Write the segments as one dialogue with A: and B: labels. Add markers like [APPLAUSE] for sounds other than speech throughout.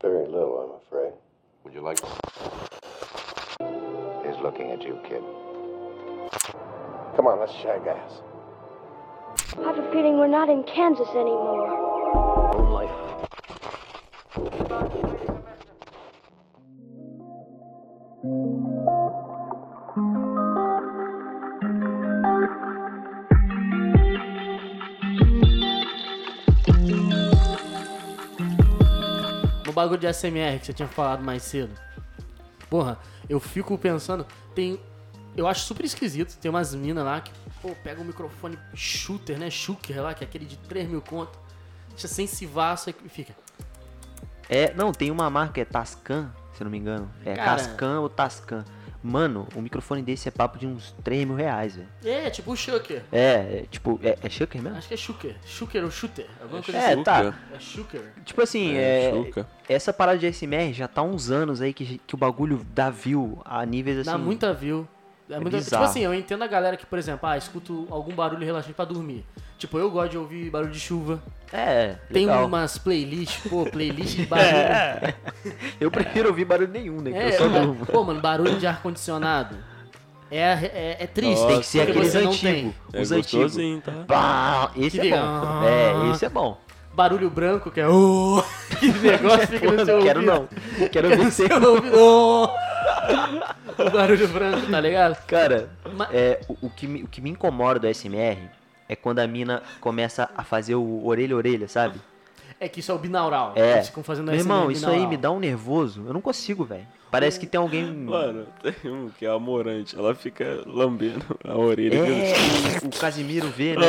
A: Very little, I'm afraid.
B: Would you like?
C: He's looking at you, kid.
A: Come on, let's shag ass.
D: I have a feeling we're not in Kansas anymore.
A: Own life.
E: No bagulho de ASMR que você tinha falado mais cedo. Porra, eu fico pensando, tem. Eu acho super esquisito, tem umas minas lá que, pô, pega um microfone shooter, né? Shooker lá, que é aquele de 3 mil conto. Deixa sem civaço e fica.
F: É, não, tem uma marca, é Tascam, se eu não me engano. É
E: Cara.
F: Tascam ou Tascam. Mano, o microfone desse é papo de uns 3 mil reais, velho.
E: É, tipo o Shooker.
F: É, é, tipo, é, é Shuker mesmo?
E: Acho que é Shooker. Shooker ou Shooter. Alguma coisa
F: É,
E: assim.
F: tá.
E: É Shooker.
F: Tipo assim,
B: É,
F: é,
B: Shuker.
F: essa parada de ASMR já tá há uns anos aí que, que o bagulho dá view a níveis assim.
E: Dá muita view. É muita- Tipo
F: bizarro.
E: assim, eu entendo a galera que, por exemplo, ah, escuto algum barulho relaxante pra dormir. Tipo, eu gosto de ouvir barulho de chuva.
F: É,
E: Tem
F: legal. É.
E: umas playlists, pô, playlist
F: [LAUGHS]
E: de barulho.
F: Eu prefiro ouvir barulho nenhum, né? que
E: É,
F: eu só
E: mas-
F: durmo.
E: pô, mano, barulho de ar-condicionado. É, é, é triste.
F: Tem que ser
E: porque
F: aqueles
E: você não tem.
F: antigos.
B: É
F: os antigos.
B: gostosinho, tá?
F: Pá, esse
E: Que
F: é bom.
E: legal.
F: É, esse é bom.
E: Barulho branco, que é. "Oh", [LAUGHS] que
F: [LAUGHS]
E: negócio fica no
F: É, Pô,
E: seu
F: não quero
E: ouvido.
F: não. Quero ver sem.
E: [LAUGHS] Eu não ouvi- "Oh". O barulho branco, tá ligado?
F: Cara,
E: Ma-
F: é, o, o que me, o que me incomoda do SMR é quando a mina começa a fazer o orelha-orelha, sabe?
E: É que isso é o binaural.
F: É.
E: Eles ficam fazendo
F: Meu
E: ASMR
F: irmão, isso aí
E: binaural.
F: me dá um nervoso. Eu não consigo, velho. Parece que tem alguém.
B: Mano, tem um que é a Morante, ela fica lambendo a orelha.
F: É, o Casimiro vê, né?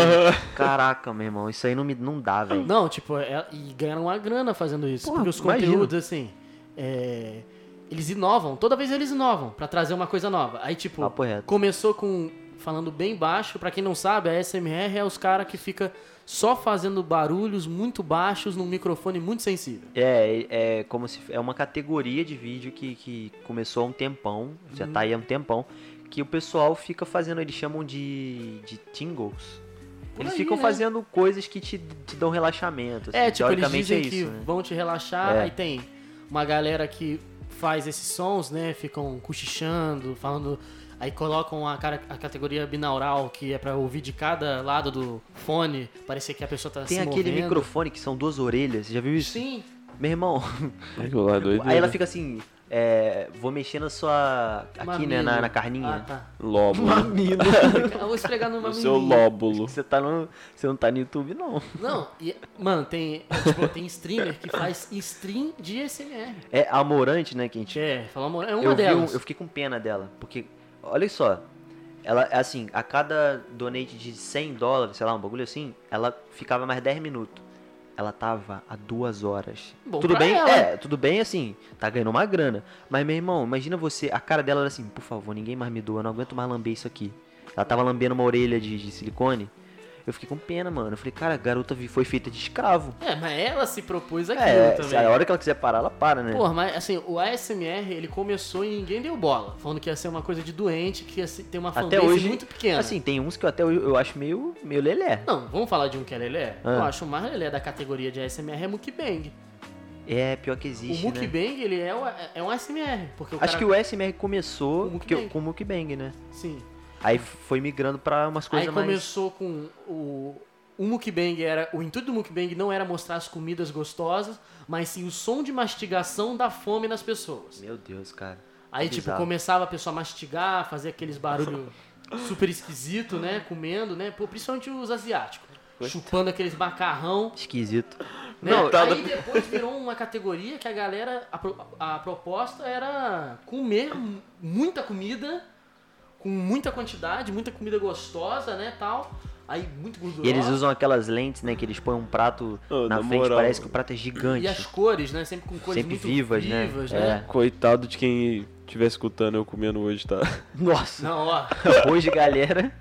F: Caraca, meu irmão, isso aí não me não dá, um- velho.
E: Não, tipo, é- e ganharam uma grana fazendo isso.
F: Porra,
E: porque os
F: imagino.
E: conteúdos, assim, é, eles inovam, toda vez eles inovam pra trazer uma coisa nova. Aí, tipo,
F: Papo reto.
E: começou com. Falando bem baixo, pra quem não sabe, a SMR é os caras que fica só fazendo barulhos muito baixos num microfone muito sensível.
F: É, é como se é uma categoria de vídeo que, que começou há um tempão,
E: Uhum.
F: já tá aí há um tempão, que o pessoal fica fazendo, eles chamam de, de tingles.
E: Por
F: Eles
E: aí,
F: ficam
E: né?
F: fazendo coisas que te, te dão relaxamento.
E: É,
F: assim,
E: tipo, eles
F: teoricamente
E: dizem
F: é
E: que
F: isso, né?
E: vão te relaxar,
F: É.
E: aí tem uma galera que faz esses sons, né? Ficam cochichando, falando. Aí colocam a, cara- a categoria binaural, que é pra ouvir de cada lado do fone, parecer que a pessoa tá
F: Tem
E: se
F: aquele
E: movendo.
F: microfone que são duas orelhas, você já viu isso?
E: Sim,
F: Meu irmão,
B: Aquilo lá é doido.
F: aí ela fica assim, é, vou mexer na sua. aqui, né? Na,
E: mamilo.
F: na carninha.
E: Ah, tá.
B: Lobo.
F: [LAUGHS] Mamilo.
E: Eu vou esfregar no
B: [LAUGHS] O
E: mamilo.
B: seu lóbulo.
F: você, tá no, você não tá no YouTube, não.
E: Não, e, mano, tem, tipo, tem streamer que faz stream de SMR.
F: É Amorante, né, que a gente
E: É, falar uma- é uma
F: eu, vi um-
E: delas.
F: eu fiquei com pena dela, porque, olha só, ela, assim, a cada donate de 100 dólares, sei lá, um bagulho assim, ela ficava mais 10 minutos. Ela tava a duas horas.
E: Bom
F: tudo
E: pra
F: bem,
E: ela.
F: é, tudo bem, assim, tá ganhando uma grana. Mas, meu irmão, imagina você, a cara dela era assim, por favor, ninguém mais me doa, eu não aguento mais lamber isso aqui. Ela tava lambendo uma orelha de, de silicone. Eu fiquei com pena, mano. Eu falei, cara, a garota vi- foi feita de escravo.
E: É, mas ela se propôs aquilo
F: É,
E: também.
F: se a hora que ela quiser parar, ela para, né?
E: Porra, mas assim, o ASMR, ele começou e ninguém deu bola. Falando que ia ser uma coisa de doente, que ia ser- ter uma fanbase
F: Até hoje,
E: muito pequena.
F: Assim, tem uns que eu até hoje eu acho meio, meio lelé.
E: Não, vamos falar de um que é lelé?
F: Ah.
E: Eu acho o mais lelé da categoria de ASMR é mukbang.
F: É, pior que
E: O
F: existe, né?
E: mukbang, ele é, o- é um ASMR. Porque o
F: Acho
E: cara-
F: que o SMR começou
E: O
F: com
E: mukbang.
F: com o mukbang, né?
E: Sim.
F: Aí foi migrando pra umas
E: Aí
F: coisas mais...
E: começou com o... O mukbang era... O intuito do mukbang não era mostrar as comidas gostosas, mas sim o som de mastigação da fome nas pessoas.
F: Meu Deus, cara.
E: Aí,
F: Que
E: tipo,
F: bizarro.
E: começava a pessoa a mastigar, fazer aqueles barulhos super esquisito, né? Comendo, né? Pô, principalmente os asiáticos. Chupando aqueles macarrão.
F: Esquisito.
E: Né?
F: Não, tá-
E: Aí depois virou uma categoria que a galera. A, pro- a proposta era comer mu- muita comida, com muita quantidade, muita comida gostosa, né? Tal. Aí muito gordurosa.
F: E eles usam aquelas lentes, né? Que eles põem um prato
B: Ô,
F: na
B: na
F: frente,
B: moral.
F: parece que o prato é gigante.
E: E as cores, né? Sempre com cores
F: Sempre
E: muito
F: vivas, né?
E: né?
B: Coitado de quem estiver escutando eu comendo hoje, tá?
F: Nossa,
E: Não, ó.
F: [LAUGHS] hoje, galera,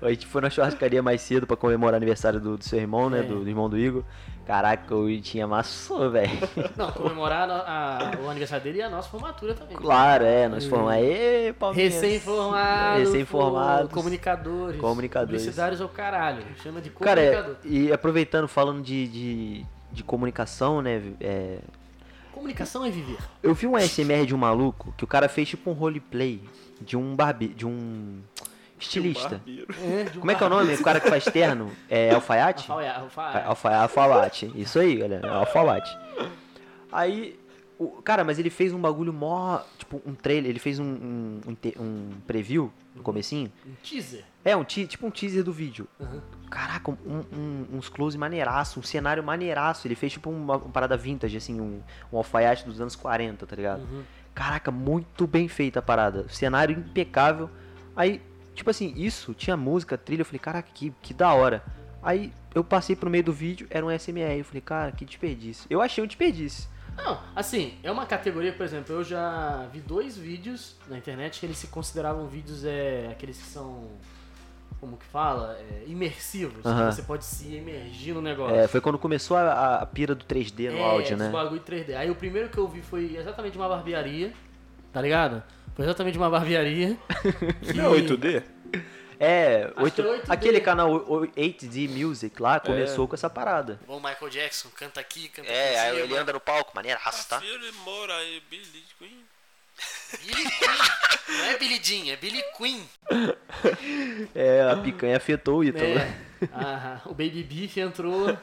F: a gente foi na churrascaria mais cedo pra comemorar o aniversário do, do seu irmão, né?
E: É.
F: Do, do irmão do Igor. Caraca, o Itinha amassou, velho.
E: Não, comemorar a- a- o aniversário dele e a nossa formatura também.
F: Claro, é, nós fomos aí, Palmeiras.
E: Recém-formado.
F: Recém-formados.
E: pô, Comunicadores.
F: Comunicadores.
E: Publicitários ao caralho. Chama de
F: Cara, é-
E: comunicador.
F: e aproveitando, falando de, de, de comunicação, né? é,
E: Comunicação é viver.
F: Eu vi um SMR de um maluco que o cara fez tipo um roleplay de um barbe... de um estilista.
B: Barbeiro.
E: de um
F: Como é que é o nome? O cara que faz terno? É alfaiate?
E: Rafael, Rafael.
F: Alfa, alfalate. Isso aí, galera. Alfalate. Aí. O, cara, mas ele fez um bagulho mó. Tipo, um trailer. Ele fez um, um, um te- um preview no comecinho.
E: Um teaser.
F: É, um te- tipo um teaser do vídeo. Caraca, um- um- uns close maneiraço, um cenário maneiraço. Ele fez tipo uma, uma parada vintage, assim, um, um alfaiate dos anos 40, tá ligado?
E: Uhum.
F: Caraca, muito bem feita a parada. Cenário impecável. Aí, tipo assim, isso, tinha música, trilha. Eu falei, caraca, que, que da hora. Aí eu passei pro meio do vídeo, era um SMR. Eu falei, cara, que desperdício. Eu achei um desperdício.
E: Não, assim, é uma categoria, por exemplo, eu já vi dois vídeos na internet que eles se consideravam vídeos, é, aqueles que são, como que fala? É, imersivos. que
F: Aham.
E: Você pode se emergir no negócio. É,
F: É, foi quando começou a, a pira do 3D no áudio,
E: esse
F: né?
E: bagulho 3D. Aí o primeiro que eu vi foi exatamente uma barbearia, tá ligado? Foi exatamente uma
F: [LAUGHS]
E: barbearia. que-
B: Não é 8D?
F: É,
E: Acho
F: oito-
E: que é 8D.
F: aquele canal o- o- 8D Music lá começou com essa parada.
E: Bom, Michael Jackson, canta aqui, canta aqui.
F: É, aí ele anda no palco, maneiraço, tá?
B: ele mora aí, Billy Queen.
E: Billy Queen. Não é Billy Jean, é Billy Queen.
F: É, a picanha afetou o Ítalo.
E: É, ah, o Baby Beef
F: [LAUGHS]
E: entrou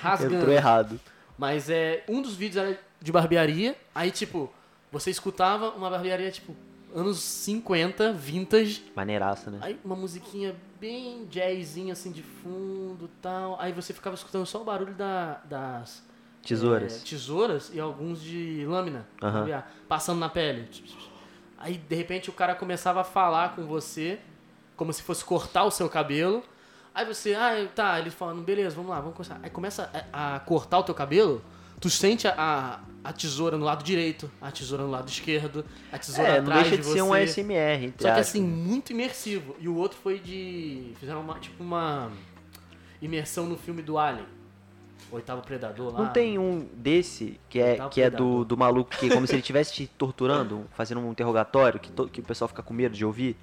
E: rasgando.
F: Entrou errado.
E: Mas é. Um dos vídeos era de barbearia. Aí, tipo, você escutava uma barbearia, tipo, anos 50, vintage.
F: Maneiraço, né?
E: Aí uma musiquinha bem jazzinha assim de fundo tal. Aí você ficava escutando só o barulho da- das é,
F: Tesouras.
E: tesouras e alguns de lâmina.
F: Aham.
E: sabe? Ah, Passando na pele. Aí de repente o cara começava a falar com você, como se fosse cortar o seu cabelo. Aí você, ah, tá, ele falando, beleza, vamos lá, vamos começar. Aí começa a, a cortar o teu cabelo, tu sente a, a, a tesoura no lado direito, a tesoura no lado esquerdo, a tesoura
F: É, não
E: atrás
F: deixa de
E: você.
F: ser um ASMR, entre
E: Só que
F: aspas.
E: assim, muito imersivo. E o outro foi de. Fizeram uma, tipo uma imersão no filme do Alien. Oitavo Predador lá.
F: Não tem um desse que é,
E: Tá
F: que é do,
E: cuidado.
F: do maluco que é como se ele estivesse te torturando, fazendo um interrogatório que, to- que o pessoal fica com medo de ouvir?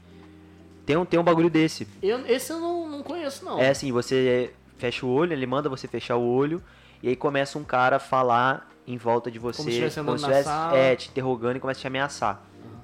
F: Tem um, tem um bagulho desse.
E: Eu- esse eu não, não conheço, não.
F: É assim, você fecha o olho, ele manda você fechar o olho, e aí começa um cara a falar em volta de você,
E: Como se estivesse andando na sala.
F: é, te interrogando e começa a te ameaçar.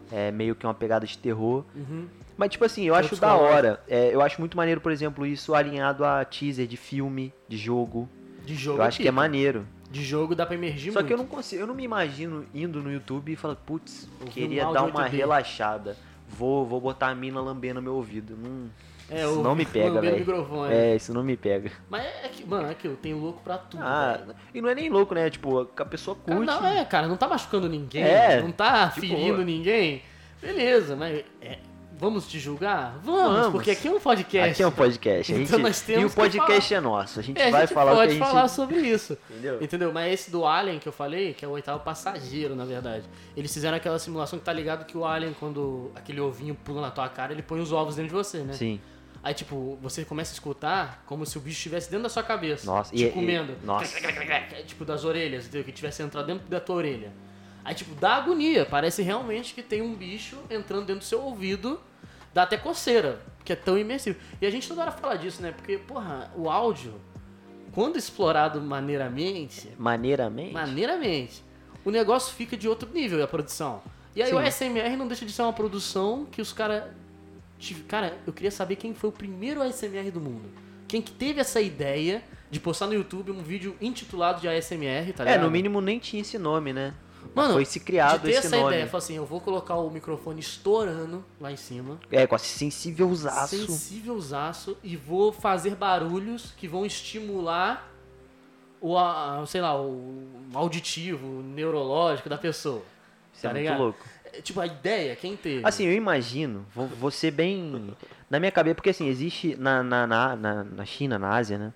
F: É meio que uma pegada de terror.
E: Uhum.
F: Mas, tipo assim, eu
E: Tem
F: acho
E: outros
F: da
E: canais.
F: hora. É, eu acho muito maneiro, por exemplo, isso alinhado a teaser de filme, de jogo.
E: De jogo.
F: eu acho que é
E: pica.
F: maneiro.
E: De jogo dá pra emergir
F: Só
E: muito.
F: que eu não consigo, eu não me imagino indo no YouTube e falar, putz,
E: Ouvi
F: queria
E: um
F: dar
E: áudio
F: uma
E: 8D.
F: relaxada. Vou, vou botar a mina lambendo meu ouvido. Não,
E: É,
F: isso
E: o-
F: não me pega,
E: lambendo o
F: velho.
E: microfone.
F: É, isso não me pega.
E: Mas é que, mano, é aquilo, tem louco pra tudo.
F: Ah,
E: velho.
F: e não é nem louco, né? Tipo, a pessoa
E: Cara,
F: curte.
E: não, é, cara, não tá machucando ninguém,
F: É,
E: não tá
F: de
E: ferindo
F: boa.
E: ninguém. Beleza, mas é, vamos te julgar? Vamos,
F: Vamos.
E: porque aqui é um podcast.
F: Aqui é um podcast. A gente,
E: Então nós temos
F: e o
E: que
F: podcast é nosso. A gente
E: É, a
F: vai
E: gente
F: falar o
E: pode
F: que a gente.
E: falar sobre isso.
F: Entendeu?
E: Entendeu? Mas esse do Alien que eu falei, que é o oitavo passageiro, na verdade. Eles fizeram aquela simulação que tá ligado que o Alien, quando aquele ovinho pula na tua cara, ele põe os ovos dentro de você, né?
F: Sim.
E: Aí, tipo, você começa a escutar como se o bicho estivesse dentro da sua cabeça.
F: Nossa,
E: te
F: e- e-
E: comendo.
F: nossa.
E: É, tipo, das orelhas, entendeu? Que tivesse entrado dentro da tua orelha. Aí, tipo, dá agonia. Parece realmente que tem um bicho entrando dentro do seu ouvido. Dá até coceira, porque é tão imersivo. E a gente toda hora fala disso, né? Porque, porra, o áudio, quando explorado maneiramente,
F: Maneiramente.
E: maneiramente, o negócio fica de outro nível, a produção. E aí
F: Sim.
E: o SMR não deixa de ser uma produção que os caras. Cara, eu queria saber quem foi o primeiro ASMR do mundo. Quem que teve essa ideia de postar no YouTube um vídeo intitulado de ASMR, tá
F: É,
E: ligado?
F: no mínimo nem tinha esse nome, né?
E: Mano,
F: Foi se
E: de
F: criado
E: ter
F: esse
E: essa
F: nome.
E: ideia, falar assim, eu vou colocar o microfone estourando lá em cima,
F: É, com a sensível usaço.
E: sensível zaço, e vou fazer barulhos que vão estimular o, a- sei lá, o auditivo, o neurológico da pessoa.
F: Isso
E: tá
F: é muito
E: ligado?
F: louco.
E: É, Tipo, a ideia, quem teve?
F: Assim, eu imagino, vou, vou ser bem. Na minha cabeça, porque assim, existe na, na, na, na, na China, na Ásia, né?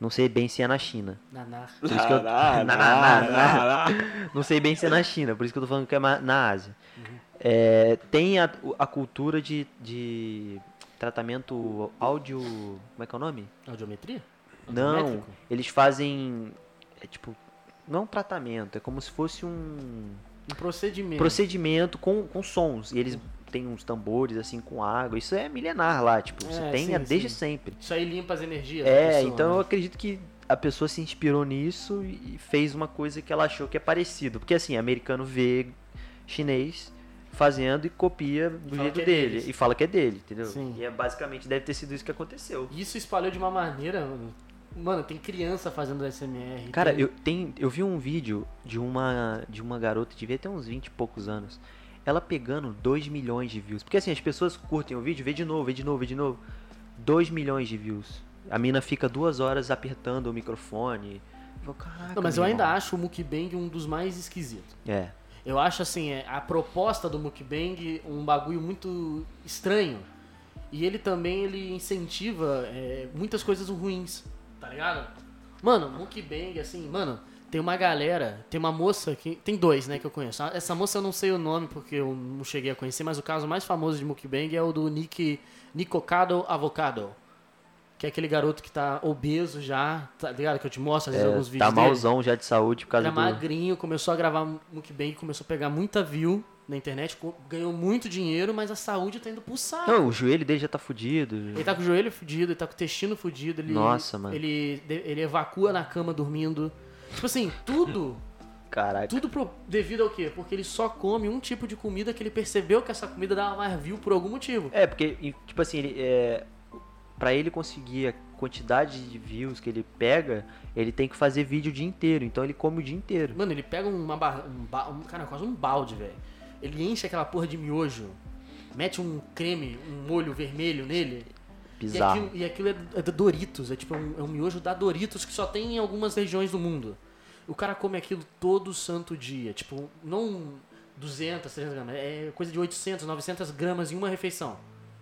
F: Não sei bem se é na China.
E: Naná.
F: Por isso
B: [LAUGHS]
F: que eu-
B: Naná,
F: Na- na-
B: naná,
F: na-
B: naná.
F: Não sei bem se é na China, por isso que eu tô falando que é ma- na Ásia.
E: Uhum.
F: É, tem a, o- a cultura de, de tratamento áudio. Como é que é o nome?
E: Audiometria?
F: Não,
E: Audiométrico?
F: eles fazem. É tipo. Não um tratamento, é como se fosse um
E: Um procedimento.
F: procedimento com, com sons. E eles têm uns tambores assim com água. Isso é milenar lá, tipo, você
E: É,
F: tem
E: sim, sim.
F: desde sempre.
E: Isso aí limpa as energias. da
F: É,
E: pessoa,
F: então eu
E: né?
F: acredito que a pessoa se inspirou nisso e fez uma coisa que ela achou que é parecido. Porque assim, americano vê chinês fazendo e copia do
E: fala
F: jeito
E: que é
F: dele.
E: deles.
F: E fala que é dele, entendeu?
E: Sim.
F: E é basicamente deve ter sido isso que aconteceu.
E: E Isso espalhou de uma maneira, mano. Mano, tem criança fazendo SMR.
F: Cara,
E: tem-
F: eu, tem, eu vi um vídeo de uma, de uma garota, devia ter uns 20 e poucos anos. Ela pegando 2 milhões de views. Porque assim, as pessoas curtem o vídeo, vê de novo, vê de novo, vê de novo. 2 milhões de views. A mina fica duas horas apertando o microfone. Eu falo, "Caraca,
E: Não, mas
F: meu
E: eu ainda
F: irmão."
E: acho o mukbang um dos mais esquisitos.
F: É.
E: Eu acho, assim, é, a proposta do mukbang um bagulho muito estranho. E ele também, ele incentiva é, muitas coisas ruins, tá ligado? Mano, mukbang, assim, mano, tem uma galera, tem uma moça que... Tem dois, né, que eu conheço. Essa moça eu não sei o nome porque eu não cheguei a conhecer, mas o caso mais famoso de mukbang é o do Nick... Nicocado Avocado. Que é aquele garoto que tá obeso já, tá ligado? Que eu te mostro às vezes alguns
F: é
E: vídeos
F: tá
E: dele.
F: malzão já de saúde por causa
E: Era
F: do.
E: magrinho, começou a gravar mukbang, começou a pegar muita view na internet, co- ganhou muito dinheiro, mas a saúde tá indo pro saco.
F: Não, o joelho dele já tá fudido.
E: Ele tá com o joelho fudido, ele tá com o intestino fudido, ele
F: Nossa, mano.
E: ele de- ele evacua na cama dormindo. Tipo assim, tudo,
F: Caraca.
E: tudo pro- devido ao quê? Porque ele só come um tipo de comida que ele percebeu que essa comida dava mais view por algum motivo.
F: É, porque, e, tipo assim, ele, é, pra ele conseguir a quantidade de views que ele pega, ele tem que fazer vídeo o dia inteiro. Então ele come o dia inteiro.
E: Mano, ele pega uma barra. Um ba- um- cara, quase um balde, velho. Ele enche aquela porra de miojo, mete um creme, um molho vermelho nele. E
F: Bizarro.
E: aquilo, e aquilo é, é da Doritos, é tipo um, é um miojo da Doritos que só tem em algumas regiões do mundo. O cara come aquilo todo santo dia, tipo, não 200, 300 gramas, é coisa de 800, 900 gramas em uma refeição.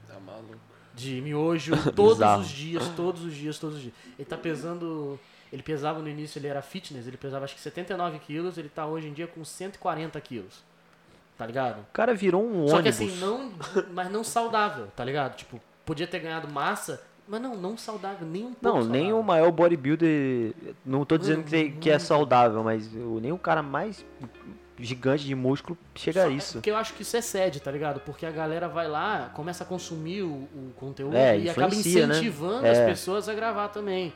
B: Tá maluco.
E: De
F: [LAUGHS]
E: miojo todos
F: Bizarro.
E: os dias, todos os dias, todos os dias. Ele tá pesando, ele pesava no início, ele era fitness, ele pesava acho que 79 quilos, ele tá hoje em dia com 140 quilos, tá ligado?
F: O cara virou um
E: Só que
F: ônibus.
E: assim, não, mas não saudável, tá ligado? Tipo, podia ter ganhado massa, mas não, não saudável, nem um pouco.
F: Não,
E: saudável.
F: nem o maior bodybuilder. Não tô dizendo
E: Mano,
F: que, que é saudável, mas o- nem o cara mais gigante de músculo chega
E: Só-
F: a isso.
E: [LAUGHS] Porque eu acho que isso excede, tá ligado? Porque a galera vai lá, começa a consumir o, o conteúdo
F: É,
E: e acaba
F: influencia, né?
E: incentivando
F: É.
E: as pessoas a gravar também.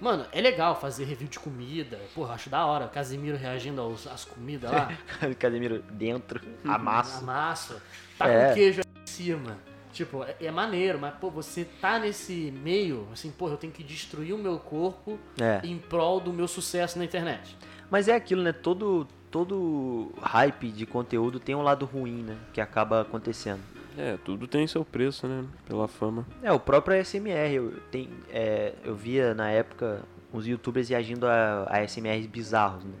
E: Mano, é legal fazer review de comida. Porra, acho da hora. Casimiro reagindo aos- às comidas
F: [LAUGHS]
E: lá.
F: Casemiro dentro, amasso.
E: Amasso. Tá
F: É.
E: com queijo aí em cima. Tipo, é, é maneiro, mas, pô, você tá nesse meio, assim, porra, eu tenho que destruir o meu corpo
F: É.
E: em prol do meu sucesso na internet.
F: Mas é aquilo, né? Todo, todo hype de conteúdo tem um lado ruim, né? Que acaba acontecendo.
B: É, tudo tem seu preço, né? Pela fama.
F: É, o próprio ASMR. Eu, tem, é, eu via na época uns youtubers reagindo a, a ASMRs bizarros, né?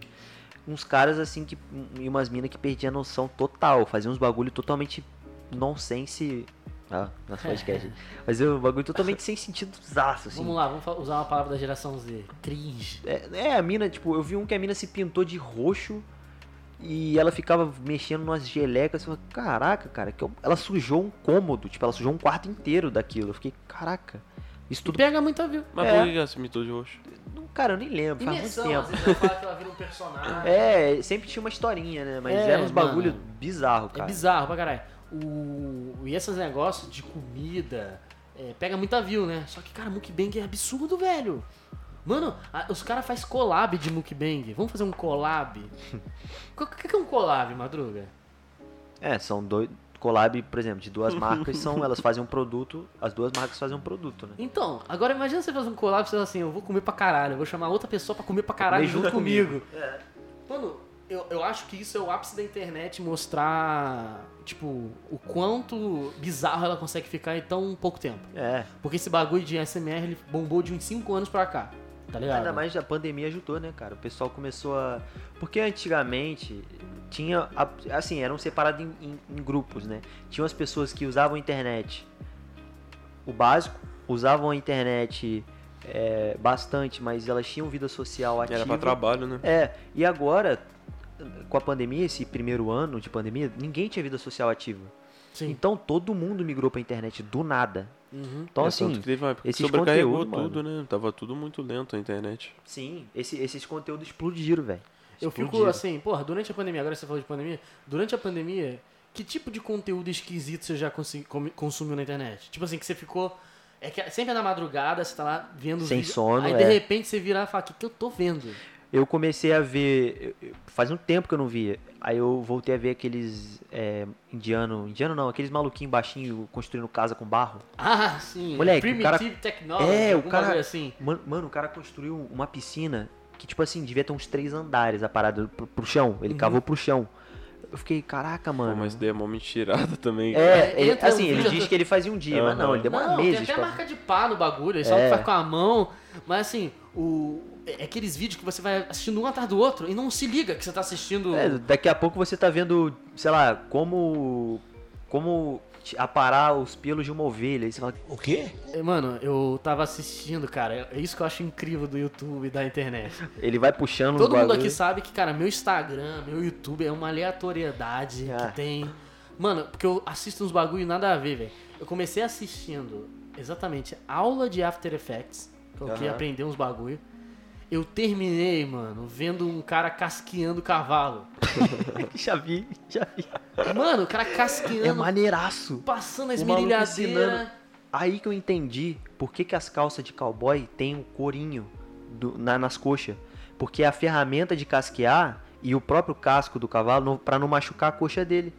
F: Uns caras assim que. e umas minas que perdiam a noção total, faziam uns bagulho totalmente nonsense. Ah,
E: É.
F: nosso podcast. Faziam um bagulho totalmente sem sentido zaço, assim.
E: Vamos lá, vamos fa- usar uma palavra da geração Z. Cringe.
F: É, é, a mina, tipo, eu vi um que a mina se pintou de roxo e ela ficava mexendo nas gelecas. Eu falei, caraca, cara, que eu- ela sujou um cômodo, tipo, ela sujou um quarto inteiro daquilo. Eu fiquei, caraca, isso tudo.
E: Pega muita view.
B: Mas
F: É.
B: por que ela se mitou de roxo?
F: Não, Cara, eu nem lembro, faz
E: Imersão,
F: muito
E: às
F: tempo.
E: vezes ela fala que ela vira um personagem.
F: É, sempre tinha uma historinha, né? Mas
E: É,
F: era uns bagulho
E: mano.
F: bizarro,
E: É
F: cara.
E: bizarro pra caralho. O... E esses negócios de comida, é, pega muita view, né? Só que, cara, mukbang é absurdo, velho. Mano, a- os caras fazem collab de mukbang. Vamos fazer um
F: [LAUGHS]
E: collab? O que, que é um collab, Madruga?
F: É, são dois. Collab, por exemplo, de
E: [LAUGHS]
F: duas marcas são. Elas fazem um produto, as duas marcas fazem um produto, né?
E: Então, agora imagina você fazer um collab e você fala assim, eu vou comer pra caralho, eu vou chamar outra pessoa pra comer pra caralho
F: comer
E: junto
F: junto
E: comigo.
F: É.
E: Mano, eu, eu acho que isso é o ápice da internet mostrar, tipo, o quanto bizarro ela consegue ficar em tão pouco tempo.
F: É.
E: Porque esse bagulho de SMR ele bombou de uns 5 anos pra cá. Tá ligado?
F: Ainda mais a pandemia ajudou, né, cara? O pessoal começou a. Porque antigamente tinha. a- Assim, eram separados em, em- em grupos, né? Tinham as pessoas que usavam a internet. O básico, usavam a internet é, bastante, mas elas tinham vida social ativa.
B: Era pra trabalho, né?
F: É, e agora, com a pandemia, esse primeiro ano de pandemia, ninguém tinha vida social ativa.
E: Sim.
F: Então todo mundo migrou pra internet do nada.
E: Uhum.
F: Então,
B: é,
F: assim.
B: tanto que teve uma época que
F: esses
B: sobrecarregou
F: conteúdo,
B: tudo, né? Tava tudo muito lento a internet.
F: Sim, esse- esses conteúdos explodiram, velho.
E: Eu fico
F: Explodiram.
E: assim, porra, durante a pandemia, agora você falou de pandemia, durante a pandemia, que tipo de conteúdo esquisito você já consi- come- consumiu na internet? Tipo assim, que você ficou. É que sempre é na madrugada, você tá lá vendo os
F: Sem
E: vídeos,
F: sono,
E: Aí
F: é.
E: de repente você virar e fala, o que, que eu tô vendo?
F: Eu comecei a ver. eu- eu- Faz um tempo que eu não via. Aí eu voltei a ver aqueles. É, indiano. Indiano não, aqueles maluquinhos baixinhos construindo casa com barro.
E: Ah, sim.
F: Moleque, o cara-
E: Primitive Technology,
F: É, o
E: algum
F: cara-
E: bagulho assim.
F: Mano, mano, o cara construiu uma piscina que, tipo assim, devia ter uns três andares a parada pro, pro chão.
E: Uhum.
F: Ele cavou pro chão. Eu fiquei, caraca,
B: Pô,
F: mano.
B: mas daí é uma mentirada [LAUGHS] também.
F: É, ele-
E: Entra um
F: assim, ele
E: vídeo-
F: diz que ele fazia um dia, mas não, ele demora
E: não,
F: meses.
E: tem até
F: pra-
E: marca de pá no bagulho, ele só
F: É.
E: faz com a mão. Mas assim, o... é aqueles vídeos que você vai assistindo um atrás do outro e não se liga que você tá assistindo...
F: É, daqui a pouco você tá vendo, sei lá, como. como te- aparar os pelos de uma ovelha. Aí você fala,
C: O quê?
E: É, Mano, eu tava assistindo, cara. É isso que eu acho incrível do YouTube e da internet.
F: ele vai puxando os
E: Todo mundo
F: Um bagulho.
E: aqui sabe que, cara, meu Instagram, meu YouTube é uma aleatoriedade
F: Ah.
E: que tem. Mano, porque eu assisto uns bagulho e nada a ver, velho. Eu comecei assistindo exatamente aula de After Effects, que eu queria
F: Aham.
E: aprender uns bagulho. Eu terminei, mano, vendo um cara casqueando cavalo.
F: já vi, já vi.
E: Mano, o cara
F: É
E: casqueando,
F: maneiraço.
E: passando a
F: O maluco
E: esmerilhadeira.
F: ensinando. Aí que eu entendi por que, que as calças de cowboy têm o corinho do- na- nas coxas. Porque a ferramenta de casquear e o próprio casco do cavalo não, pra não machucar a coxa dele.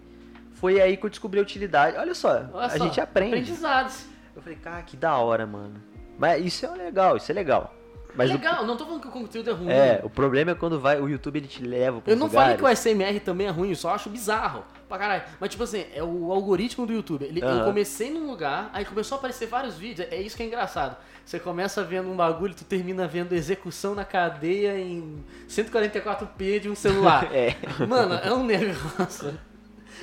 F: Foi aí que eu descobri a utilidade. Olha só,
E: Olha
F: a
E: só,
F: gente aprende.
E: Aprendizados.
F: Eu falei, cara, que da hora, mano. Mas isso é legal, isso é legal. Mas
E: Legal, não tô falando que o conteúdo é
F: O,
E: ruim.
F: é, o problema é quando vai, o YouTube ele te leva pro
E: Eu não falei que o SMR também é ruim, eu só acho bizarro. Pra caralho. Mas, tipo assim, é o algoritmo do YouTube. Ele- Eu
F: Aham.
E: comecei num lugar, aí começou a aparecer vários vídeos. É isso que é engraçado. Você começa vendo um bagulho, tu termina vendo execução na cadeia em 144p de um celular.
F: [LAUGHS] É.
E: Mano, é um negócio.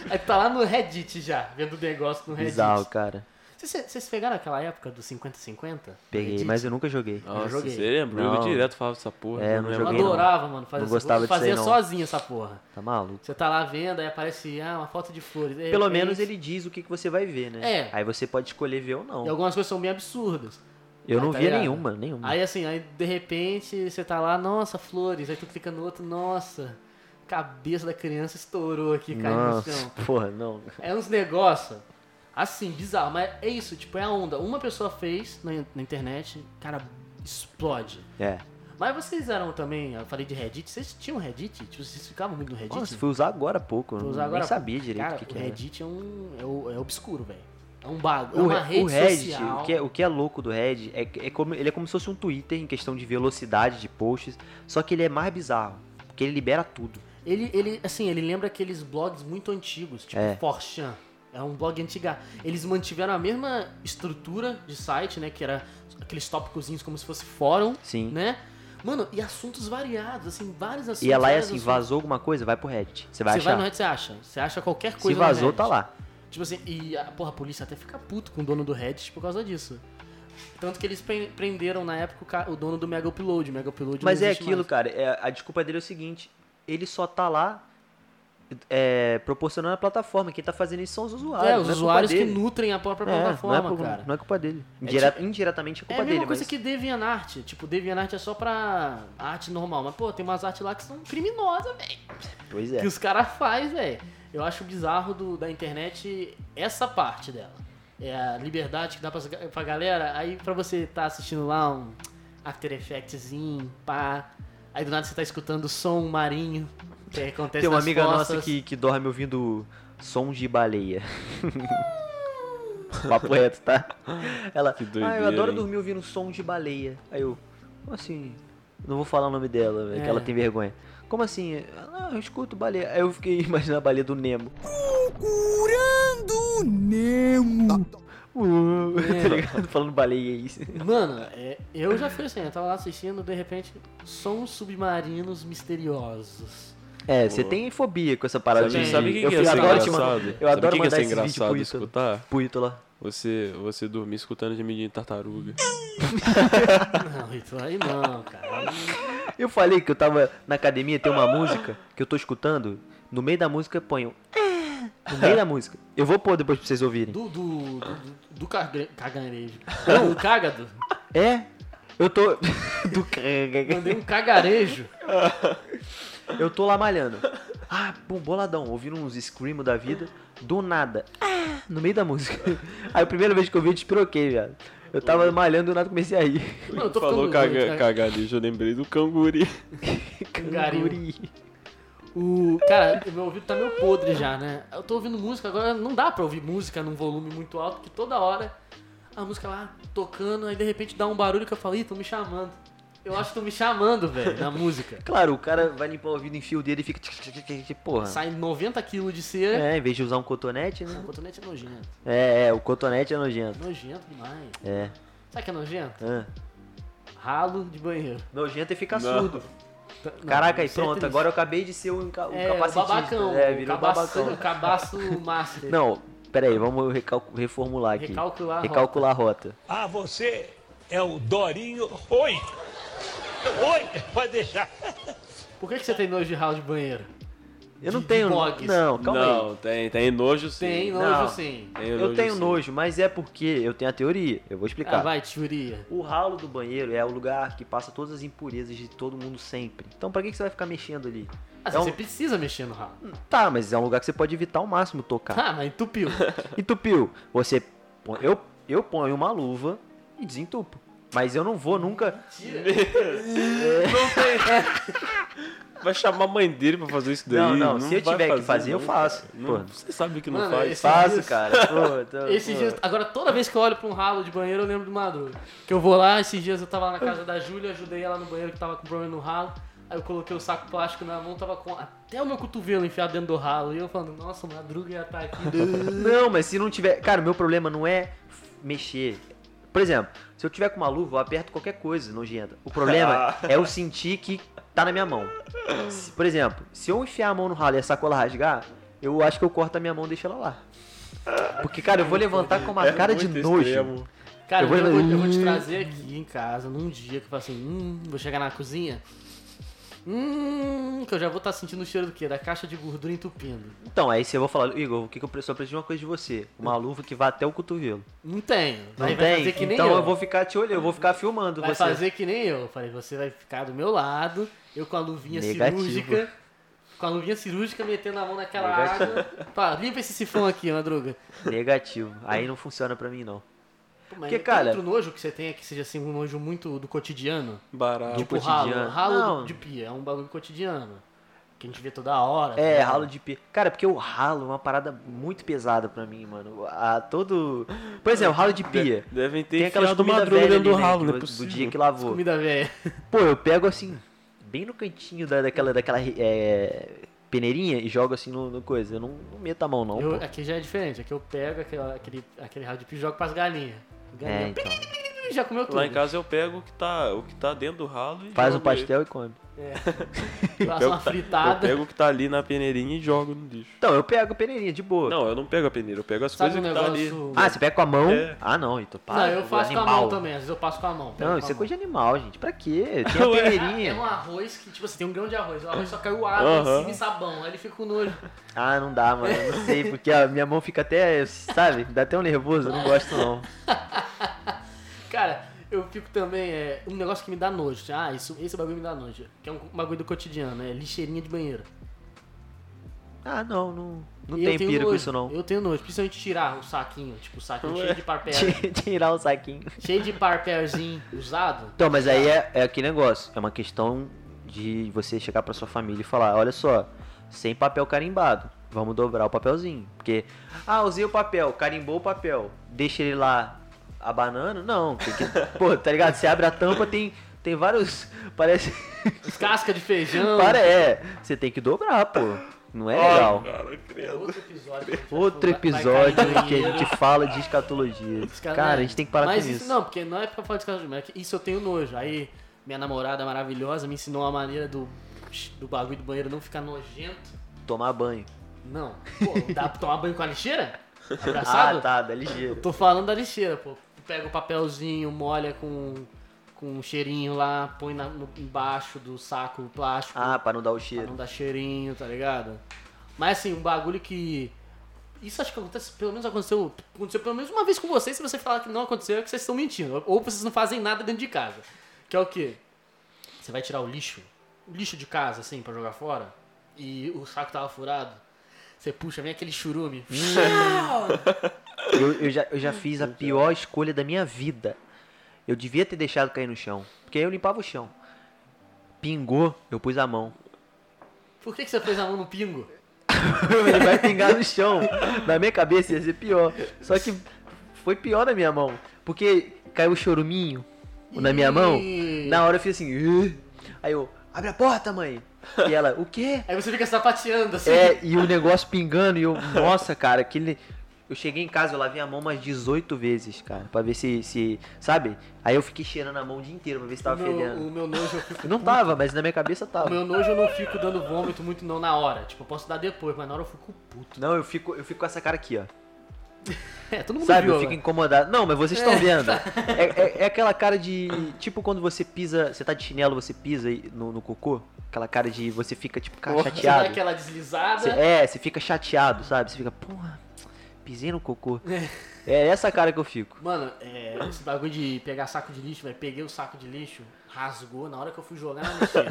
E: Aí tu tá lá no Reddit já, vendo o negócio no Reddit.
F: Bizarro, cara.
E: Vocês vocês pegaram aquela época do 50-50?
F: Peguei,
E: Reddit?
F: mas eu nunca joguei.
B: Nossa,
E: joguei.
B: você lembra?
F: Não.
B: Eu direto falava essa porra.
F: É, não
E: Eu
F: joguei, não.
E: adorava, mano, fazer
F: Não gostava
E: eu
F: disso aí,
E: fazia
F: não.
E: sozinho essa porra.
F: Tá maluco.
E: Você tá lá vendo, aí aparece ah, uma foto de flores. De
F: Pelo
E: repente-
F: menos ele diz o que, que você vai ver, né?
E: É.
F: Aí você pode escolher ver ou não.
E: E algumas coisas são bem absurdas.
F: Eu não
E: Tá
F: via
E: ligado?
F: nenhuma, nenhuma.
E: Aí assim, aí de repente você tá lá, nossa, flores. Aí tu clica no outro, nossa, cabeça da criança estourou aqui, caiu
F: Nossa,
E: no chão.
F: porra, não.
E: É uns negócios. Assim, bizarro, mas é isso, tipo, é a onda. Uma pessoa fez na, na internet, cara, explode.
F: É.
E: Mas vocês eram também, eu falei de Reddit, vocês tinham Reddit? Tipo, vocês ficavam muito no Reddit?
F: Nossa, fui usar agora há pouco. Eu
E: Vou usar agora.
F: nem sabia direito
E: Cara,
F: o que, que
E: o
F: era.
E: Reddit é um. É, o- é obscuro, velho. É um bagulho. É
F: O,
E: uma
F: Re-
E: rede
F: o Reddit,
E: social.
F: o que, é, o que é louco do Reddit, é, que- é como, ele é como se fosse um Twitter em questão de velocidade de posts, só que ele é mais bizarro, porque ele libera tudo.
E: Ele, ele, assim, ele lembra aqueles blogs muito antigos, tipo
F: É.
E: 4chan. É um blog antiga. Eles mantiveram a mesma estrutura de site, né? Que era aqueles tópicozinhos como se fosse fórum,
F: Sim.
E: né? Mano, e assuntos variados, assim, vários assuntos.
F: E é lá é
E: vários
F: assim,
E: assuntos.
F: vazou alguma coisa, vai pro Reddit. Você vai
E: Você
F: achar.
E: vai no Reddit, você acha. Você acha qualquer coisa
F: Se
E: no
F: vazou, tá
E: Reddit.
F: lá.
E: Tipo assim, e a, porra, a polícia até fica puto com o dono do Reddit por causa disso. Tanto que eles pre- prenderam na época o ca- o dono do Mega Upload. O Mega Upload
F: Mas
E: não
F: é
E: existe
F: aquilo,
E: mais.
F: cara. é- a desculpa dele é o seguinte: ele só tá lá é, proporcionando a plataforma. Quem tá fazendo isso são os usuários.
E: É, os
F: não culpa
E: usuários que
F: dele.
E: nutrem a própria
F: É,
E: plataforma,
F: não é, culpa-
E: cara.
F: Não é culpa dele.
E: É
F: Indire-
E: tipo-
F: indiretamente é
E: É
F: culpa
E: a mesma
F: dele.
E: coisa
F: mas-
E: que DeviantArt. Tipo, DeviantArt é só pra arte normal. Mas, pô, tem umas artes lá que são criminosas, velho.
F: Pois é.
E: Que os caras fazem, velho. Eu acho bizarro do- da internet essa parte dela. É a liberdade que dá pra, pra galera. Aí pra você tá assistindo lá um After Effectszinho, pá. Aí do nada você tá escutando som marinho. Que acontece
F: Tem uma
E: nas
F: amiga nossa
E: fossas.
F: que, que dorme ouvindo som de baleia. [LAUGHS] Papo reto, tá? Ela.
B: Que
F: ah, eu
B: doideira,
F: adoro
B: hein?"
F: dormir ouvindo som de baleia. Aí eu. Como assim? Não vou falar o nome dela, velho, que
E: É.
F: ela tem vergonha. Como assim? Ah, eu escuto baleia. Aí eu fiquei [LAUGHS] imaginando a baleia do Nemo. Procurando o Nemo. [LAUGHS] tá ligado? Falando baleia aí.
E: Mano, é, eu já fui assim, eu tava lá assistindo, de repente, sons submarinos misteriosos.
F: É, você tem fobia com essa parada
B: Sabe,
F: de...
B: sabe o que,
F: eu
B: que ia ser
F: adoro te
B: engraçado?
F: mandar- Eu
B: sabe o
F: adoro
B: que que ia
F: mandar
B: ser
F: esse vídeo
B: engraçado
F: pro Ítalo.
B: escutar?
F: Pro Ítalo lá.
B: Você, você dormir escutando gemidinho de tartaruga.
E: Não, isso aí não, cara.
F: Eu falei que eu tava na academia, tem uma música que eu tô escutando. No meio da música eu ponho. "Ah", No meio da música. Eu vou pôr depois pra vocês ouvirem.
E: Do. Do. Do, do caga- cagarejo. Não, do cágado.
F: É? Eu tô. [LAUGHS] Do [LAUGHS] canga.
E: Mandei um cagarejo.
F: Eu tô lá malhando. Ah, bom, boladão, ouvindo uns screamo [LAUGHS] da vida. Do nada. Ah, No meio da música. Aí a primeira vez que eu vi, eu despiroquei, viado. Eu tava malhando e do nada comecei a rir. [LAUGHS]
E: Mano, eu tô
B: Falou
E: ficando
B: caga,
E: doente, cara.
B: cagalixo, eu lembrei do canguri.
E: Cangari.
F: Canguri.
E: O, cara, o meu ouvido tá meio podre já, né? Eu tô ouvindo música agora, não dá pra ouvir música num volume muito alto, que toda hora a música lá tocando, aí de repente dá um barulho que eu falo, ih, tô me chamando. Eu acho que tô me chamando, velho, na
F: [LAUGHS]
E: música.
F: Claro, o cara vai limpar o ouvido, enfia o dedo e fica. tch, tch, tch, tch, tch, Porra.
E: Sai 90 kg de cera.
F: É, em vez de usar um cotonete, né?
E: O cotonete é nojento.
F: É, é, o cotonete é nojento.
E: Nojento demais.
F: É.
E: Sabe o que é nojento?
F: Ah.
E: Ralo de banheiro.
F: Nojento e fica
B: Não.
F: surdo.
E: Tá- não,
F: Caraca, aí
E: isso é
F: pronto,
E: triste.
F: agora eu acabei de ser um, ca- um
E: é, o
F: capacitista.
E: babacão.
F: é,
E: o
F: virou
E: cabaço,
F: babacão.
E: o cabaço master.
F: Não, peraí, vamos recal- reformular aqui.
E: Recalcular a
F: Recalcular a rota.
C: Ah, você é o Dorinho. Oi! Oi! Pode deixar.
E: Por que, que você tem nojo de ralo de banheiro?
F: Eu não
E: De- de
F: tenho.
E: blogs.
F: Não, calma aí.
B: não, tem, tem nojo sim.
E: Tem nojo
F: Não.
E: sim.
B: Tem
F: Eu tenho
B: sim.
F: nojo, mas é porque eu tenho a teoria. Eu vou explicar.
E: Ah, vai, tiuria.
F: O ralo do banheiro é o lugar que passa todas as impurezas de todo mundo sempre. Então pra que, que você vai ficar mexendo ali?
E: Ah,
F: É um-
E: você precisa mexer no ralo.
F: Tá, mas é um lugar que você pode evitar ao máximo
E: [LAUGHS]
F: tocar.
E: Ah, mas
F: [LAUGHS]
E: entupiu.
F: Entupiu. Você. põe- Eu, eu ponho uma luva e desentupo. Mas eu não vou nunca.
E: [LAUGHS]
B: Não tem. Vai chamar a mãe dele pra fazer isso daí.
F: Não, não, se eu
B: vai
F: tiver que fazer, eu
B: não.
F: faço.
B: Não,
F: Pô.
B: você sabe que não
E: Mano,
B: faz.
E: esse-
F: Faço,
E: dias-
F: cara.
E: [LAUGHS]
F: Pô, tô-
E: Esses
F: pô.
E: dias, agora toda vez que eu olho pra um ralo de banheiro, eu lembro do Madruga. Que eu vou lá, esses dias eu tava lá na casa da Júlia, ajudei ela no banheiro que tava com problema no ralo. Aí eu coloquei o saco plástico na mão, tava com até o meu cotovelo enfiado dentro do ralo. E eu falando, nossa, o Madruga ia tá aqui.
F: Não, mas se não tiver. Cara, o meu problema não é f- mexer. Por exemplo, se eu tiver com uma luva, eu aperto qualquer coisa nojenta.
E: [LAUGHS]
F: O problema
E: Ah.
F: é eu sentir que tá na minha mão. Se- Por exemplo, se eu enfiar a mão no ralo e a sacola rasgar, eu acho que eu corto a minha mão e deixo ela lá. Porque, cara, eu vou levantar com uma
B: É
F: cara de
B: muito
F: nojo.
B: extremo.
E: Cara,
F: Eu
E: eu
F: vou-
E: vou, eu vou te trazer aqui em casa num dia que eu falo assim, hum, vou chegar na cozinha. Hum, que eu já vou estar sentindo o cheiro do quê? Da caixa de gordura entupindo.
F: Então, aí você vai falar, Igor, o que, que eu preciso? Eu preciso de uma coisa de você. Uma luva que vá até o cotovelo.
E: Não tenho.
F: Não
E: Aí Vai
F: tem?
E: fazer assim que nem
F: então
E: eu.
F: eu. vou ficar te olhando, eu vou ficar filmando
E: Vai
F: você.
E: fazer que nem eu. Falei, você vai ficar do meu lado, eu com a luvinha
F: Negativo.
E: cirúrgica. Com a luvinha cirúrgica metendo a mão naquela
F: Negativo.
E: água. Pá, limpa esse sifão aqui, madruga.
F: Negativo. Aí não funciona pra mim, não.
E: Pô,
F: Porque,
E: mas tem
F: cara-
E: outro nojo que você tem aqui seja assim um nojo muito do cotidiano.
B: Barato.
E: tipo
F: cotidiano.
E: ralo. Ralo
F: Não.
E: de pia. É um bagulho cotidiano. Que a gente vê toda hora. tá
F: É,
E: ligado?
F: ralo de pia. Cara, porque o ralo é uma parada muito pesada pra mim, mano. A todo. Por exemplo, ralo de pia.
B: Devem ter
F: Tem aquelas
B: enfiado
F: comidas
B: madruga
F: velhas
B: dentro
F: ali,
B: do
F: né,
B: ralo,
F: que
B: não é
F: do- do
B: possível.
F: dia que lavou.
E: Comida velha.
F: Pô, eu pego assim, bem no cantinho da, daquela, daquela é, peneirinha e jogo assim no, no coisa. Eu não, não meto a mão, não.
E: Eu-
F: pô.
E: aqui já é diferente. Aqui eu pego aquela- aquele, aquele ralo de pia e jogo pras galinhas. Galinha
F: É, então.
E: "Ih, já comeu tudo.
B: Lá em casa eu pego o que tá, o que tá dentro do ralo e
F: Faz um
B: jogo
F: pastel e come.
E: Faço uma
B: ele. Eu
E: fritada.
B: pego o que tá ali na peneirinha e jogo no lixo.
F: Então, eu pego a peneirinha, de boa.
B: Não, eu não pego a peneira, eu pego as
E: Sabe
B: coisas
E: um
B: que tá ali.
E: negócio...
F: Ah, você pega com a mão?
B: É.
F: Ah, não, então
E: Não,
F: para.
E: eu faço
F: animal.
E: com a mão também, às vezes eu passo com a mão.
F: Não, isso é coisa de animal, gente. Pra quê?
B: [LAUGHS]
F: Tem a
B: Ué.
E: É um
F: peneirinha.
E: arroz que, tipo assim, tem um grão de arroz. O arroz só caiu água
B: Aham.
E: em cima e sabão. Aí ele fica com nojo.
F: Ah, não dá, mano. Eu não sei, porque a minha mão fica até, sabe? Dá até um nervoso, eu não gosto não.
E: Cara, eu fico também. É, um negócio que me dá nojo. Ah, isso, esse bagulho me dá nojo. Que é um bagulho do cotidiano, é lixeirinha de banheiro.
F: Ah, não, não, não
E: E eu
F: tem
E: tenho
F: pira com
E: nojo,
F: isso não.
E: Eu tenho nojo, principalmente tirar o saquinho, tipo, o saquinho
B: Ué.
E: cheio de papel.
F: [LAUGHS] Tirar o saquinho.
E: cheio de papelzinho usado.
F: Então, mas
E: Tá.
F: aí é, é aquele negócio. É uma questão de você chegar pra sua família e falar, olha só, sem papel carimbado, vamos dobrar o papelzinho. Porque, ah, usei o papel, carimbou o papel, deixa ele lá abanando? Não,
E: [LAUGHS]
F: tem que... Pô, tá ligado? Você abre a tampa, tem, tem vários... [LAUGHS] Parece...
E: Casca de feijão.
F: Para, é. Você tem que dobrar, pô. Não é legal.
B: Cara, credo.
E: Outro episódio. que a gente
F: Outro
E: vai- vai cair no
F: episódio que a
E: banheiro.
F: gente fala de escatologia.
E: Os
F: Cara,
E: caras- é-
F: a gente tem que parar
E: mas
F: com isso.
E: Não, porque não é pra falar de casa de mulher, que Isso eu tenho nojo. Aí, minha namorada maravilhosa me ensinou a maneira do, do bagulho do banheiro não ficar nojento.
F: Tomar banho.
E: Não. Pô, dá pra tomar banho com a
F: [LAUGHS]
E: lixeira? Abraçado?
F: Ah, tá, da ligeiro.
E: Tô falando da lixeira, pô. Pega o papelzinho, molha com, com um cheirinho lá, põe na- no- embaixo do saco plástico.
F: Ah, pra não dar o
E: Pra
F: cheiro.
E: não dar cheirinho, tá ligado? Mas assim, um bagulho que. Isso acho que acontece, pelo menos aconteceu, aconteceu pelo menos uma vez com vocês, se você falar que não aconteceu, é que vocês estão mentindo. Ou vocês não fazem nada dentro de casa. Que é o quê? Você vai tirar o lixo, o lixo de casa, assim, pra jogar fora, e o saco tava furado. Você puxa, vem aquele churume.
F: Eu, eu já, eu já fiz a pior escolha da minha vida. Eu devia ter deixado cair no chão. Porque aí eu limpava o chão. Pingou, eu pus a mão. [LAUGHS]
E: Por que, que você fez a mão no pingo?
F: Ele vai pingar no chão. Na minha cabeça ia ser pior. Só que foi pior na minha mão. Porque caiu o choruminho na minha mão.
E: Ih.
F: Na hora eu fiz assim. "Ih". Aí eu, abre a porta, mãe. E ela, o quê?
E: Aí você fica sapateando assim.
F: É, e o negócio pingando. E eu, nossa, cara, aquele. Eu cheguei em casa, eu lavei a mão umas 18 vezes, cara, pra ver se. se sabe? Aí eu fiquei cheirando a mão o dia inteiro pra ver se
E: o,
F: tava
E: meu,
F: tá fedendo.
E: o meu nojo
F: [LAUGHS]
E: eu fico.
F: Não tava, mas na minha cabeça
E: O
F: tava.
E: meu nojo eu não fico dando vômito muito não na hora. Tipo, eu posso dar depois, mas na hora eu fico puto.
F: Não, eu fico, eu fico com essa cara aqui, ó.
E: É, todo mundo
F: Sabe,
E: viu,
F: eu
E: né?
F: fico incomodado. Não, mas vocês estão
E: [LAUGHS]
F: vendo. É, é- é aquela cara de. Tipo quando você pisa. Você tá de chinelo, você pisa e- no, no cocô. Aquela cara de. Você fica, tipo, cara,
E: Você né? dá
F: chateado.
E: aquela deslizada.
F: Você- é, você fica chateado, sabe? Você fica, porra, pisei no cocô. É essa cara que eu fico.
E: [LAUGHS] Mano, é, esse bagulho de pegar saco de lixo, velho. Peguei o saco de lixo, rasgou na hora que eu fui jogar na
F: [LAUGHS]
E: lixeira.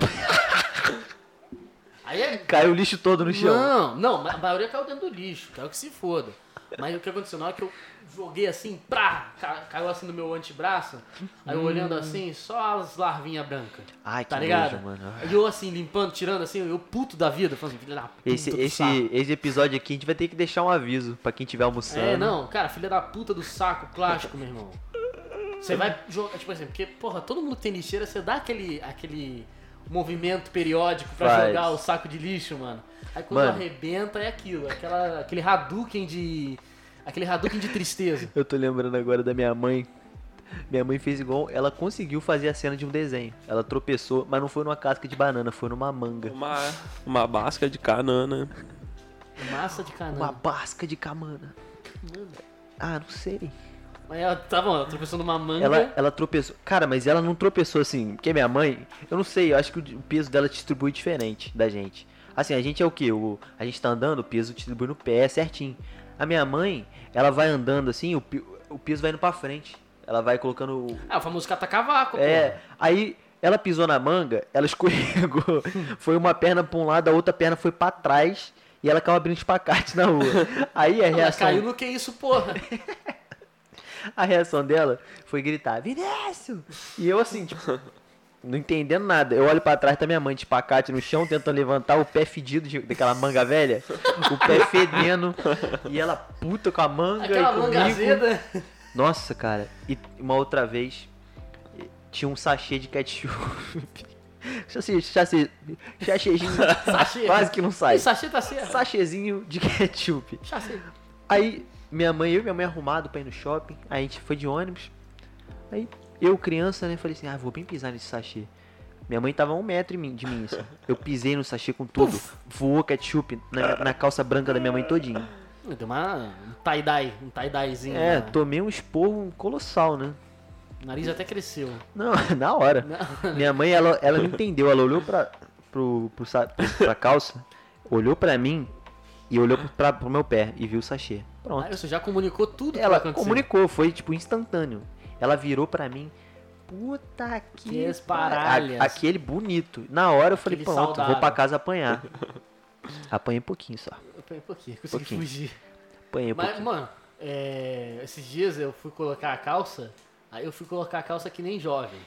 E: Aí é.
F: Caiu o lixo todo no chão.
E: Não, não, mas a maioria caiu dentro do lixo, caiu que se foda. Mas o que aconteceu? Na hora que eu joguei assim, pá, ca- caiu assim no meu antebraço, aí eu olhando assim, só as larvinhas brancas.
F: Hum. Ai, que
E: tá ligado?
F: nojo, mano.
E: E eu assim, limpando, tirando assim, eu puto da vida, falando assim, filha da puta.
F: Esse,
E: do
F: esse,
E: saco.
F: esse episódio aqui a gente vai ter que deixar um aviso pra quem estiver almoçando.
E: É, não, cara, filha da puta do saco plástico, meu irmão. Você vai jogar, tipo assim, porque, porra, todo mundo tem lixeira, você dá aquele, aquele movimento periódico pra
F: Faz.
E: jogar o saco de lixo, mano. Aí quando
F: Mano.
E: arrebenta é aquilo, aquela, aquele Hadouken de. Aquele Hadouken de tristeza.
F: Eu tô lembrando agora da minha mãe. Minha mãe fez igual. Ela conseguiu fazer a cena de um desenho. Ela tropeçou, mas não foi numa casca de banana, foi numa manga.
B: Uma, uma basca de canana.
E: Massa de canana.
F: Uma basca de camana. Ah, não sei.
E: Mas ela, tá bom, ela tropeçou numa manga.
F: Ela, ela tropeçou. Cara, mas ela não tropeçou assim. Porque minha mãe, eu não sei, eu acho que o peso dela distribui diferente da gente. Assim, a gente é o quê? O, a gente tá andando, o peso distribui no pé é certinho. A minha mãe, ela vai andando assim, o, pe- o peso vai indo pra frente. Ela vai colocando o-
E: Ah, o famoso catacavaco, pô.
F: É, aí ela pisou na manga, ela [LAUGHS] escorregou, foi uma perna pra um lado, a outra perna foi pra trás e ela caiu abrindo espacate na rua. Aí a
E: Ela
F: reação,
E: caiu no que isso,
F: [LAUGHS]
E: porra.
F: a reação dela foi gritar, Vinícius! E eu assim, tipo, não entendendo nada. Eu olho pra trás, tá minha mãe de espacate no chão, tentando levantar o pé fedido de- daquela manga velha, o pé fedendo, e ela puta com a manga
E: Aquela
F: e comigo.
E: manga azeda.
F: Nossa, cara, e uma outra vez eh, tinha um sachê de ketchup. [LAUGHS] sachê, sachê, sachêzinho,
E: Sachê.
F: quase que não sai.
E: Ih, [LAUGHS] sachê tá certo.
F: Sachêzinho de ketchup.
E: Sachê.
F: Aí minha mãe, eu e minha mãe arrumado pra ir no shopping, aí a gente foi de ônibus. Aí eu, criança, né, falei assim, ah, vou bem pisar nesse sachê. Minha mãe tava a um metro em mim- de mim, assim. Eu pisei no sachê com tudo, voou ketchup na, minha- na calça branca da minha mãe todinha.
E: Deu uma, um tie-dye, um tie-dyezinho.
F: É,
E: né?
F: tomei um esporro colossal, né?
E: O nariz até cresceu.
F: Não, [LAUGHS] na hora. Minha mãe, ela, ela não entendeu. Ela olhou pra, pro, pro, sa- pro- pra calça, olhou pra mim e olhou pra, pro meu pé e viu o sachê. Pronto.
E: Ah, você já comunicou tudo que
F: Ela
E: aconteceu.
F: comunicou, foi tipo instantâneo. Ela virou pra mim. Puta que.
E: Que
F: par-
E: esparalhas.
F: A- Aquele bonito. Na hora eu falei,
E: Aquele
F: pronto,
E: saudável.
F: vou pra casa apanhar. [LAUGHS] Apanhei um pouquinho só.
E: Eu falei, Por quê? Consegui
F: Pouquinho.
E: fugir.
F: Apanhei um
E: Mas,
F: pouquinho.
E: mano, é, esses dias eu fui colocar a calça, aí eu fui colocar a calça que nem jovem.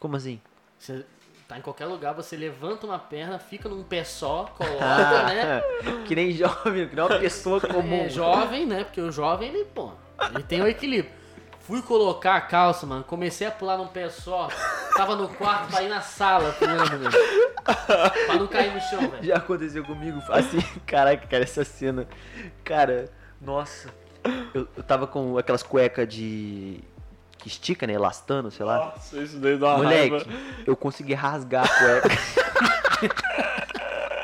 F: Como assim?
E: Você tá em qualquer lugar, você levanta uma perna, fica num pé só, coloca, [LAUGHS]
F: [LAUGHS]
E: né?
F: Ah, que nem jovem, que nem uma pessoa comum.
E: É jovem, né? Porque o jovem, ele, pô, ele tem o equilíbrio. Fui colocar a calça, mano, comecei a pular num pé só, tava no quarto, pra ir na sala pulando, mano. Pra não cair no chão, velho.
F: Já aconteceu comigo, [LAUGHS] assim, caraca, cara, essa cena. Cara, nossa. Eu, eu tava com aquelas cuecas de. que estica, né? Elastano, sei lá.
B: Nossa, isso daí dá uma
F: Moleque,
B: raiva.
F: eu consegui rasgar a cueca. [LAUGHS]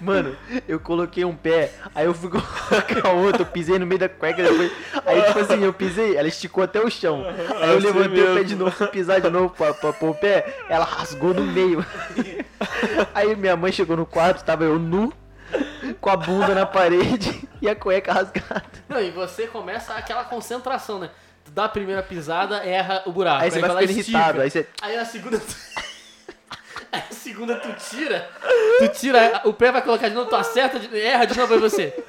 F: Mano, eu coloquei um pé, aí eu fui [LAUGHS] colocar o outro, eu pisei no meio da cueca, depois. Aí, tipo assim, eu pisei, ela esticou até o chão. Aí eu
B: assim
F: levantei o pé
B: mesmo.
F: de novo, fui pisar de novo pra, pra pôr o pé, ela rasgou no [LAUGHS] meio. Aí minha mãe chegou no quarto, tava eu nu, com a bunda na parede [LAUGHS] e a cueca rasgada.
E: Não, e você começa aquela concentração, né? Tu dá a primeira pisada, erra o buraco.
F: Aí você vai
E: lá e
F: ficando
E: estica.
F: irritado, aí você.
E: Aí a segunda. [LAUGHS] Aí a segunda tu tira, tu tira, o pé vai colocar de novo, tu acerta, de- erra de novo, aí você.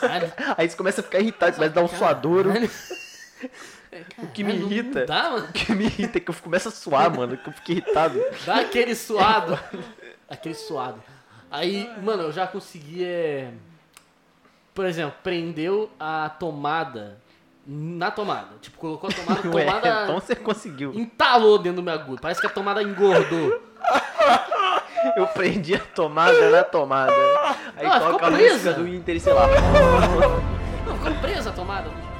E: Caralho,
F: [LAUGHS] Aí você começa a ficar irritado, começa a dar um suadouro.
E: caralho.
F: [LAUGHS] O que me
E: Não
F: irrita.
E: Dá, mano.
F: O que me irrita é que eu começo a suar, mano. Que eu fico irritado.
E: Dá aquele suado. aquele suado. Aí, mano, eu já consegui. é, Por exemplo, prendeu a tomada na tomada. Tipo, colocou a tomada, a
F: [LAUGHS] Ué,
E: tomada
F: então você conseguiu.
E: entalou dentro do meu agudo. Parece que a tomada engordou.
F: Eu prendi a tomada na tomada. Aí
E: Ah, ficou
F: toca a
E: presa.
F: música do Inter, e sei lá.
E: Não, ficou presa a tomada. bicho.